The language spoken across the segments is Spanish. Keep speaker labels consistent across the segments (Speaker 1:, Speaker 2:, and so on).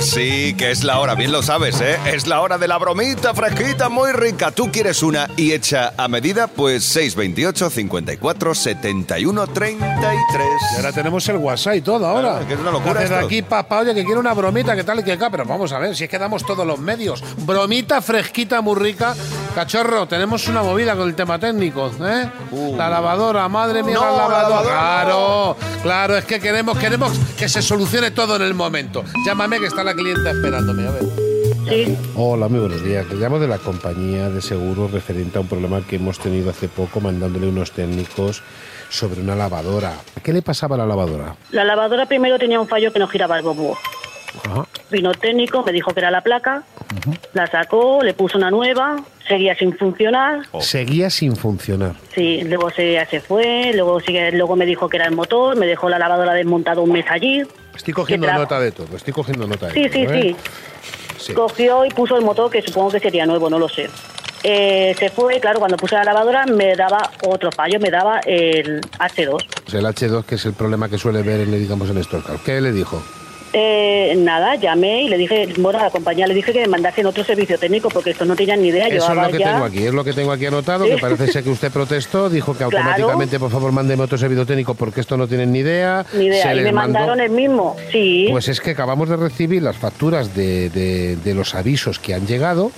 Speaker 1: sí, que es la hora, bien lo sabes, ¿eh? Es la hora de la bromita fresquita, muy rica. Tú quieres una y hecha a medida, pues 628 54 71 33.
Speaker 2: Y ahora tenemos el WhatsApp y todo ahora.
Speaker 1: Claro, que es una locura
Speaker 2: Desde
Speaker 1: esto.
Speaker 2: aquí, papá, oye, que quiere una bromita, que tal y que acá. Pero vamos a ver, si es que damos todos los medios. Bromita fresquita, muy rica. Cachorro, tenemos una movida con el tema técnico, ¿eh?
Speaker 1: Uh.
Speaker 2: La lavadora, madre mía,
Speaker 1: No,
Speaker 2: la
Speaker 1: la
Speaker 2: lavadora.
Speaker 1: lavadora.
Speaker 2: Claro, claro, es que queremos, queremos que se solucione todo en el momento. Llámame que está la clienta esperándome, a ver.
Speaker 3: Sí,
Speaker 4: Hola, muy buenos días. Le llamo de la compañía de seguros referente a un problema que hemos tenido hace poco mandándole unos técnicos sobre una lavadora. ¿Qué le pasaba a la lavadora?
Speaker 3: la lavadora primero tenía un fallo que no giraba el bobo. Vino el técnico, me dijo que era la placa, la sacó, le puso una nueva, seguía sin funcionar.
Speaker 4: Oh. Seguía sin funcionar.
Speaker 3: Sí, luego se, ya se fue, luego, sigue, luego me dijo que era el motor, me dejó la lavadora desmontada un mes allí.
Speaker 4: Estoy cogiendo
Speaker 3: Que tra-
Speaker 4: nota de todo, estoy cogiendo nota de
Speaker 3: Sí, sí,
Speaker 4: todo.
Speaker 3: sí.
Speaker 4: ¿eh? Sí.
Speaker 3: Cogió y puso el motor, que supongo que sería nuevo, no lo sé. Eh, se fue, claro, cuando puse la lavadora me daba otro fallo, me daba el H2.
Speaker 4: Pues El H2, que es el problema que suele ver, en, digamos, en Storcal. ¿Qué le dijo?
Speaker 3: Eh, nada, llamé y le dije, bueno, a la compañía le dije que me mandasen otro servicio técnico porque esto no tenían ni idea.
Speaker 4: Eso es
Speaker 3: llevaba
Speaker 4: lo que
Speaker 3: ya-
Speaker 4: tengo aquí, es lo que tengo aquí anotado, que parece ser que usted protestó, dijo que
Speaker 3: Claro.
Speaker 4: automáticamente, por favor, mándeme otro servidor técnico porque esto no tienen ni idea.
Speaker 3: Ni idea, y
Speaker 4: les
Speaker 3: me
Speaker 4: mandó-
Speaker 3: mandaron el mismo. Sí,
Speaker 4: Pues es que acabamos de recibir las facturas de, de- de los avisos que han llegado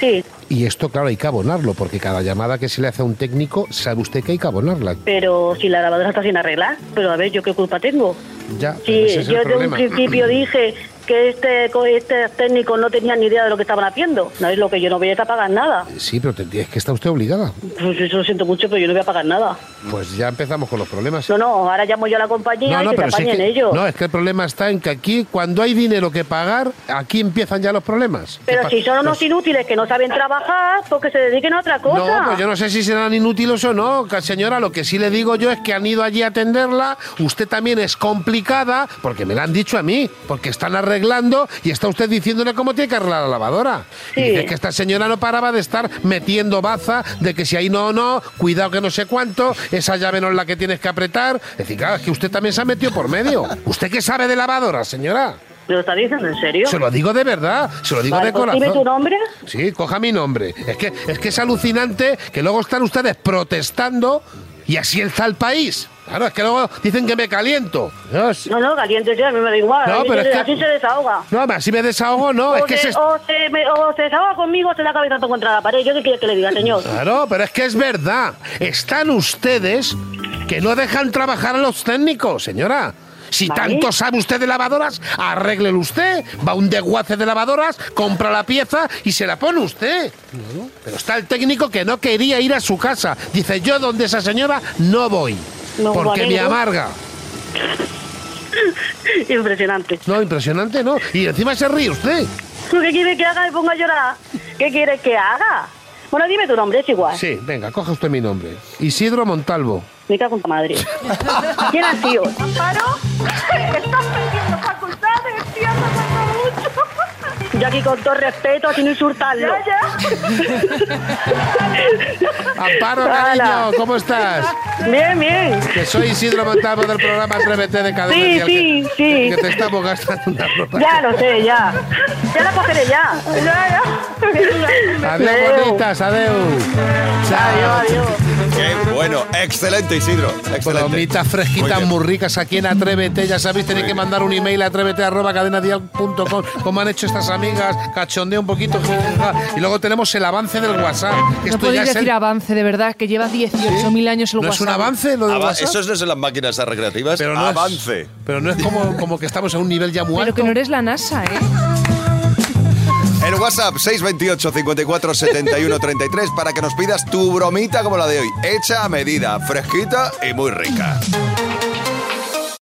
Speaker 3: sí,
Speaker 4: y esto, claro, hay que abonarlo, porque cada llamada que se le hace a un técnico, sabe usted que hay que abonarla.
Speaker 3: pero si la lavadora está sin arreglar, pero a ver, ¿yo qué culpa tengo?
Speaker 4: Ya,
Speaker 3: Sí,
Speaker 4: Pues ese es el
Speaker 3: yo de un
Speaker 4: problema.
Speaker 3: principio dije que este, co- este técnico no tenía ni idea de lo que estaban haciendo. No es lo que yo no voy a pagar nada.
Speaker 4: Sí, pero te- es que está usted obligada.
Speaker 3: Pues eso lo siento mucho, pero yo no voy a pagar nada.
Speaker 4: Pues ya empezamos con los problemas.
Speaker 3: No, no, ahora llamo yo a la compañía y que se
Speaker 4: sí
Speaker 3: apañen
Speaker 4: que,
Speaker 3: ellos.
Speaker 4: no, es que el problema está en que aquí, cuando hay dinero que pagar, aquí empiezan ya los problemas. ¿Qué
Speaker 3: pero
Speaker 4: pa-
Speaker 3: si son unos
Speaker 4: los-
Speaker 3: inútiles que no saben trabajar, pues que se dediquen a otra cosa.
Speaker 4: No, pues yo no sé si serán inútiles o no, ca- señora. Lo que sí le digo yo es que han ido allí a atenderla. Usted también es complicada, porque me la han dicho a mí, porque están arreglando y está usted diciéndole cómo tiene que arreglar la lavadora. Y
Speaker 3: Sí.
Speaker 4: dice que esta señora no paraba de estar metiendo baza de que si ahí no no, cuidado que no sé cuánto, esa llave no es la que tienes que apretar. Es decir, claro, es que usted también se ha metido por medio. ¿Usted qué sabe de lavadora, señora?
Speaker 3: ¿Me lo está diciendo en serio?
Speaker 4: Se lo digo de verdad, se lo digo
Speaker 3: Vale,
Speaker 4: de
Speaker 3: pues
Speaker 4: corazón.
Speaker 3: dime tu nombre.
Speaker 4: Sí, coja mi nombre. Es que es, que es alucinante que luego están ustedes protestando y así está el país. Claro, es que luego dicen que me caliento. Dios.
Speaker 3: No, no, caliente, sí, a mí me da igual.
Speaker 4: No,
Speaker 3: A mí
Speaker 4: pero
Speaker 3: se-
Speaker 4: es que-
Speaker 3: Así se desahoga.
Speaker 4: No, hombre, así me desahogo, no. Es
Speaker 3: o,
Speaker 4: que
Speaker 3: se,
Speaker 4: es,
Speaker 3: o se me- o se desahoga conmigo o se da cabezazo contra la pared. ¿Yo qué quiere que le diga, señor?
Speaker 4: claro, pero es que es verdad. Están ustedes que no dejan trabajar a los técnicos, señora. Si
Speaker 3: Vale.
Speaker 4: tanto sabe usted de lavadoras, arréglelo usted. Va a un desguace de lavadoras, compra la pieza y se la pone usted. Pero está el técnico que no quería ir a su casa. Dice, yo donde esa señora no voy.
Speaker 3: No,
Speaker 4: porque me
Speaker 3: Juanelo.
Speaker 4: amarga.
Speaker 3: Impresionante.
Speaker 4: No, impresionante, ¿no? Y encima se ríe usted.
Speaker 3: ¿Tú qué quieres que haga? Me ponga a llorar. ¿Qué quieres que haga? Bueno, dime tu nombre, es igual.
Speaker 4: Sí, venga, coja usted mi nombre. Isidro Montalvo.
Speaker 3: Me cago en tu madre. ¿Quién ha sido?
Speaker 5: Amparo, estás perdiendo facultades, tío, me falta mucho.
Speaker 3: Yo aquí con todo respeto, sin insultarlo.
Speaker 5: Ya, ya.
Speaker 4: Amparo,
Speaker 3: Hola.
Speaker 4: cariño, ¿cómo estás?
Speaker 3: Bien, bien.
Speaker 4: Que soy Isidro Montalvo del programa Atrévete de Cadena
Speaker 3: Sí,
Speaker 4: Dial,
Speaker 3: sí,
Speaker 4: que,
Speaker 3: sí.
Speaker 4: que te estamos gastando una broma.
Speaker 3: Ya lo sé, ya. Ya la cogeré, ya.
Speaker 5: Ya, ya.
Speaker 4: Adeu,
Speaker 3: Adeu.
Speaker 4: bonitas, adeu. Chao.
Speaker 3: Adiós, adiós.
Speaker 1: Qué bueno, excelente Isidro, excelente.
Speaker 4: Bromitas fresquitas
Speaker 1: Muy bien.
Speaker 4: muy, ricas aquí en Atrévete. Ya sabéis, tenéis que mandar un email a atrévete arroba cadenadial.com como han hecho estas amigas. Cachondeo un poquito. jijija. Y luego tenemos el avance del WhatsApp. que
Speaker 6: No
Speaker 4: esto ya
Speaker 6: podéis
Speaker 4: es
Speaker 6: decir
Speaker 4: el-
Speaker 6: avance, de verdad, que lleva 18.000 años el
Speaker 4: ¿No
Speaker 6: WhatsApp.
Speaker 4: es un avance lo del
Speaker 1: Ava-
Speaker 4: WhatsApp?
Speaker 1: Esos no son las máquinas recreativas.
Speaker 4: pero no
Speaker 1: Avance.
Speaker 4: Es, pero no es como, como que estamos a un nivel ya muy
Speaker 6: Pero
Speaker 4: alto.
Speaker 6: que no eres la NASA, ¿eh?
Speaker 1: El WhatsApp 628 54 71 33 para que nos pidas tu bromita como la de hoy, hecha a medida, fresquita y muy rica.